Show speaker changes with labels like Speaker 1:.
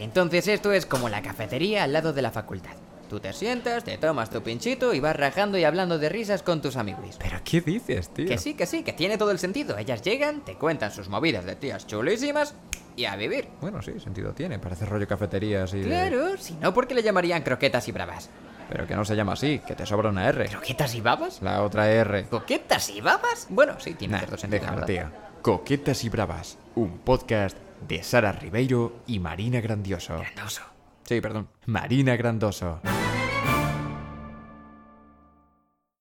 Speaker 1: entonces esto es como la cafetería al lado de la facultad. Tú te sientas, te tomas tu pinchito y vas rajando y hablando de risas con tus amiguis.
Speaker 2: ¿Pero qué dices, tío?
Speaker 1: Que sí, que sí, que tiene todo el sentido. Ellas llegan, te cuentan sus movidas de tías chulísimas y a vivir.
Speaker 2: Bueno, sí, sentido tiene. Parece rollo cafetería así. de-
Speaker 1: Claro, si no, ¿por qué le llamarían croquetas y bravas?
Speaker 2: Pero que no se llama así, que te sobra una R.
Speaker 1: ¿Croquetas y babas?
Speaker 2: La otra R.
Speaker 1: ¿Coquetas y babas? Bueno, sí, tiene
Speaker 2: Nah,
Speaker 1: cierto sentido.
Speaker 2: déjalo,
Speaker 1: ¿verdad?
Speaker 2: tío. Coquetas y Bravas, un podcast de Sara Ribeiro y Marina Grandioso.
Speaker 1: Grandoso.
Speaker 2: Sí, perdón. Marina Grandoso.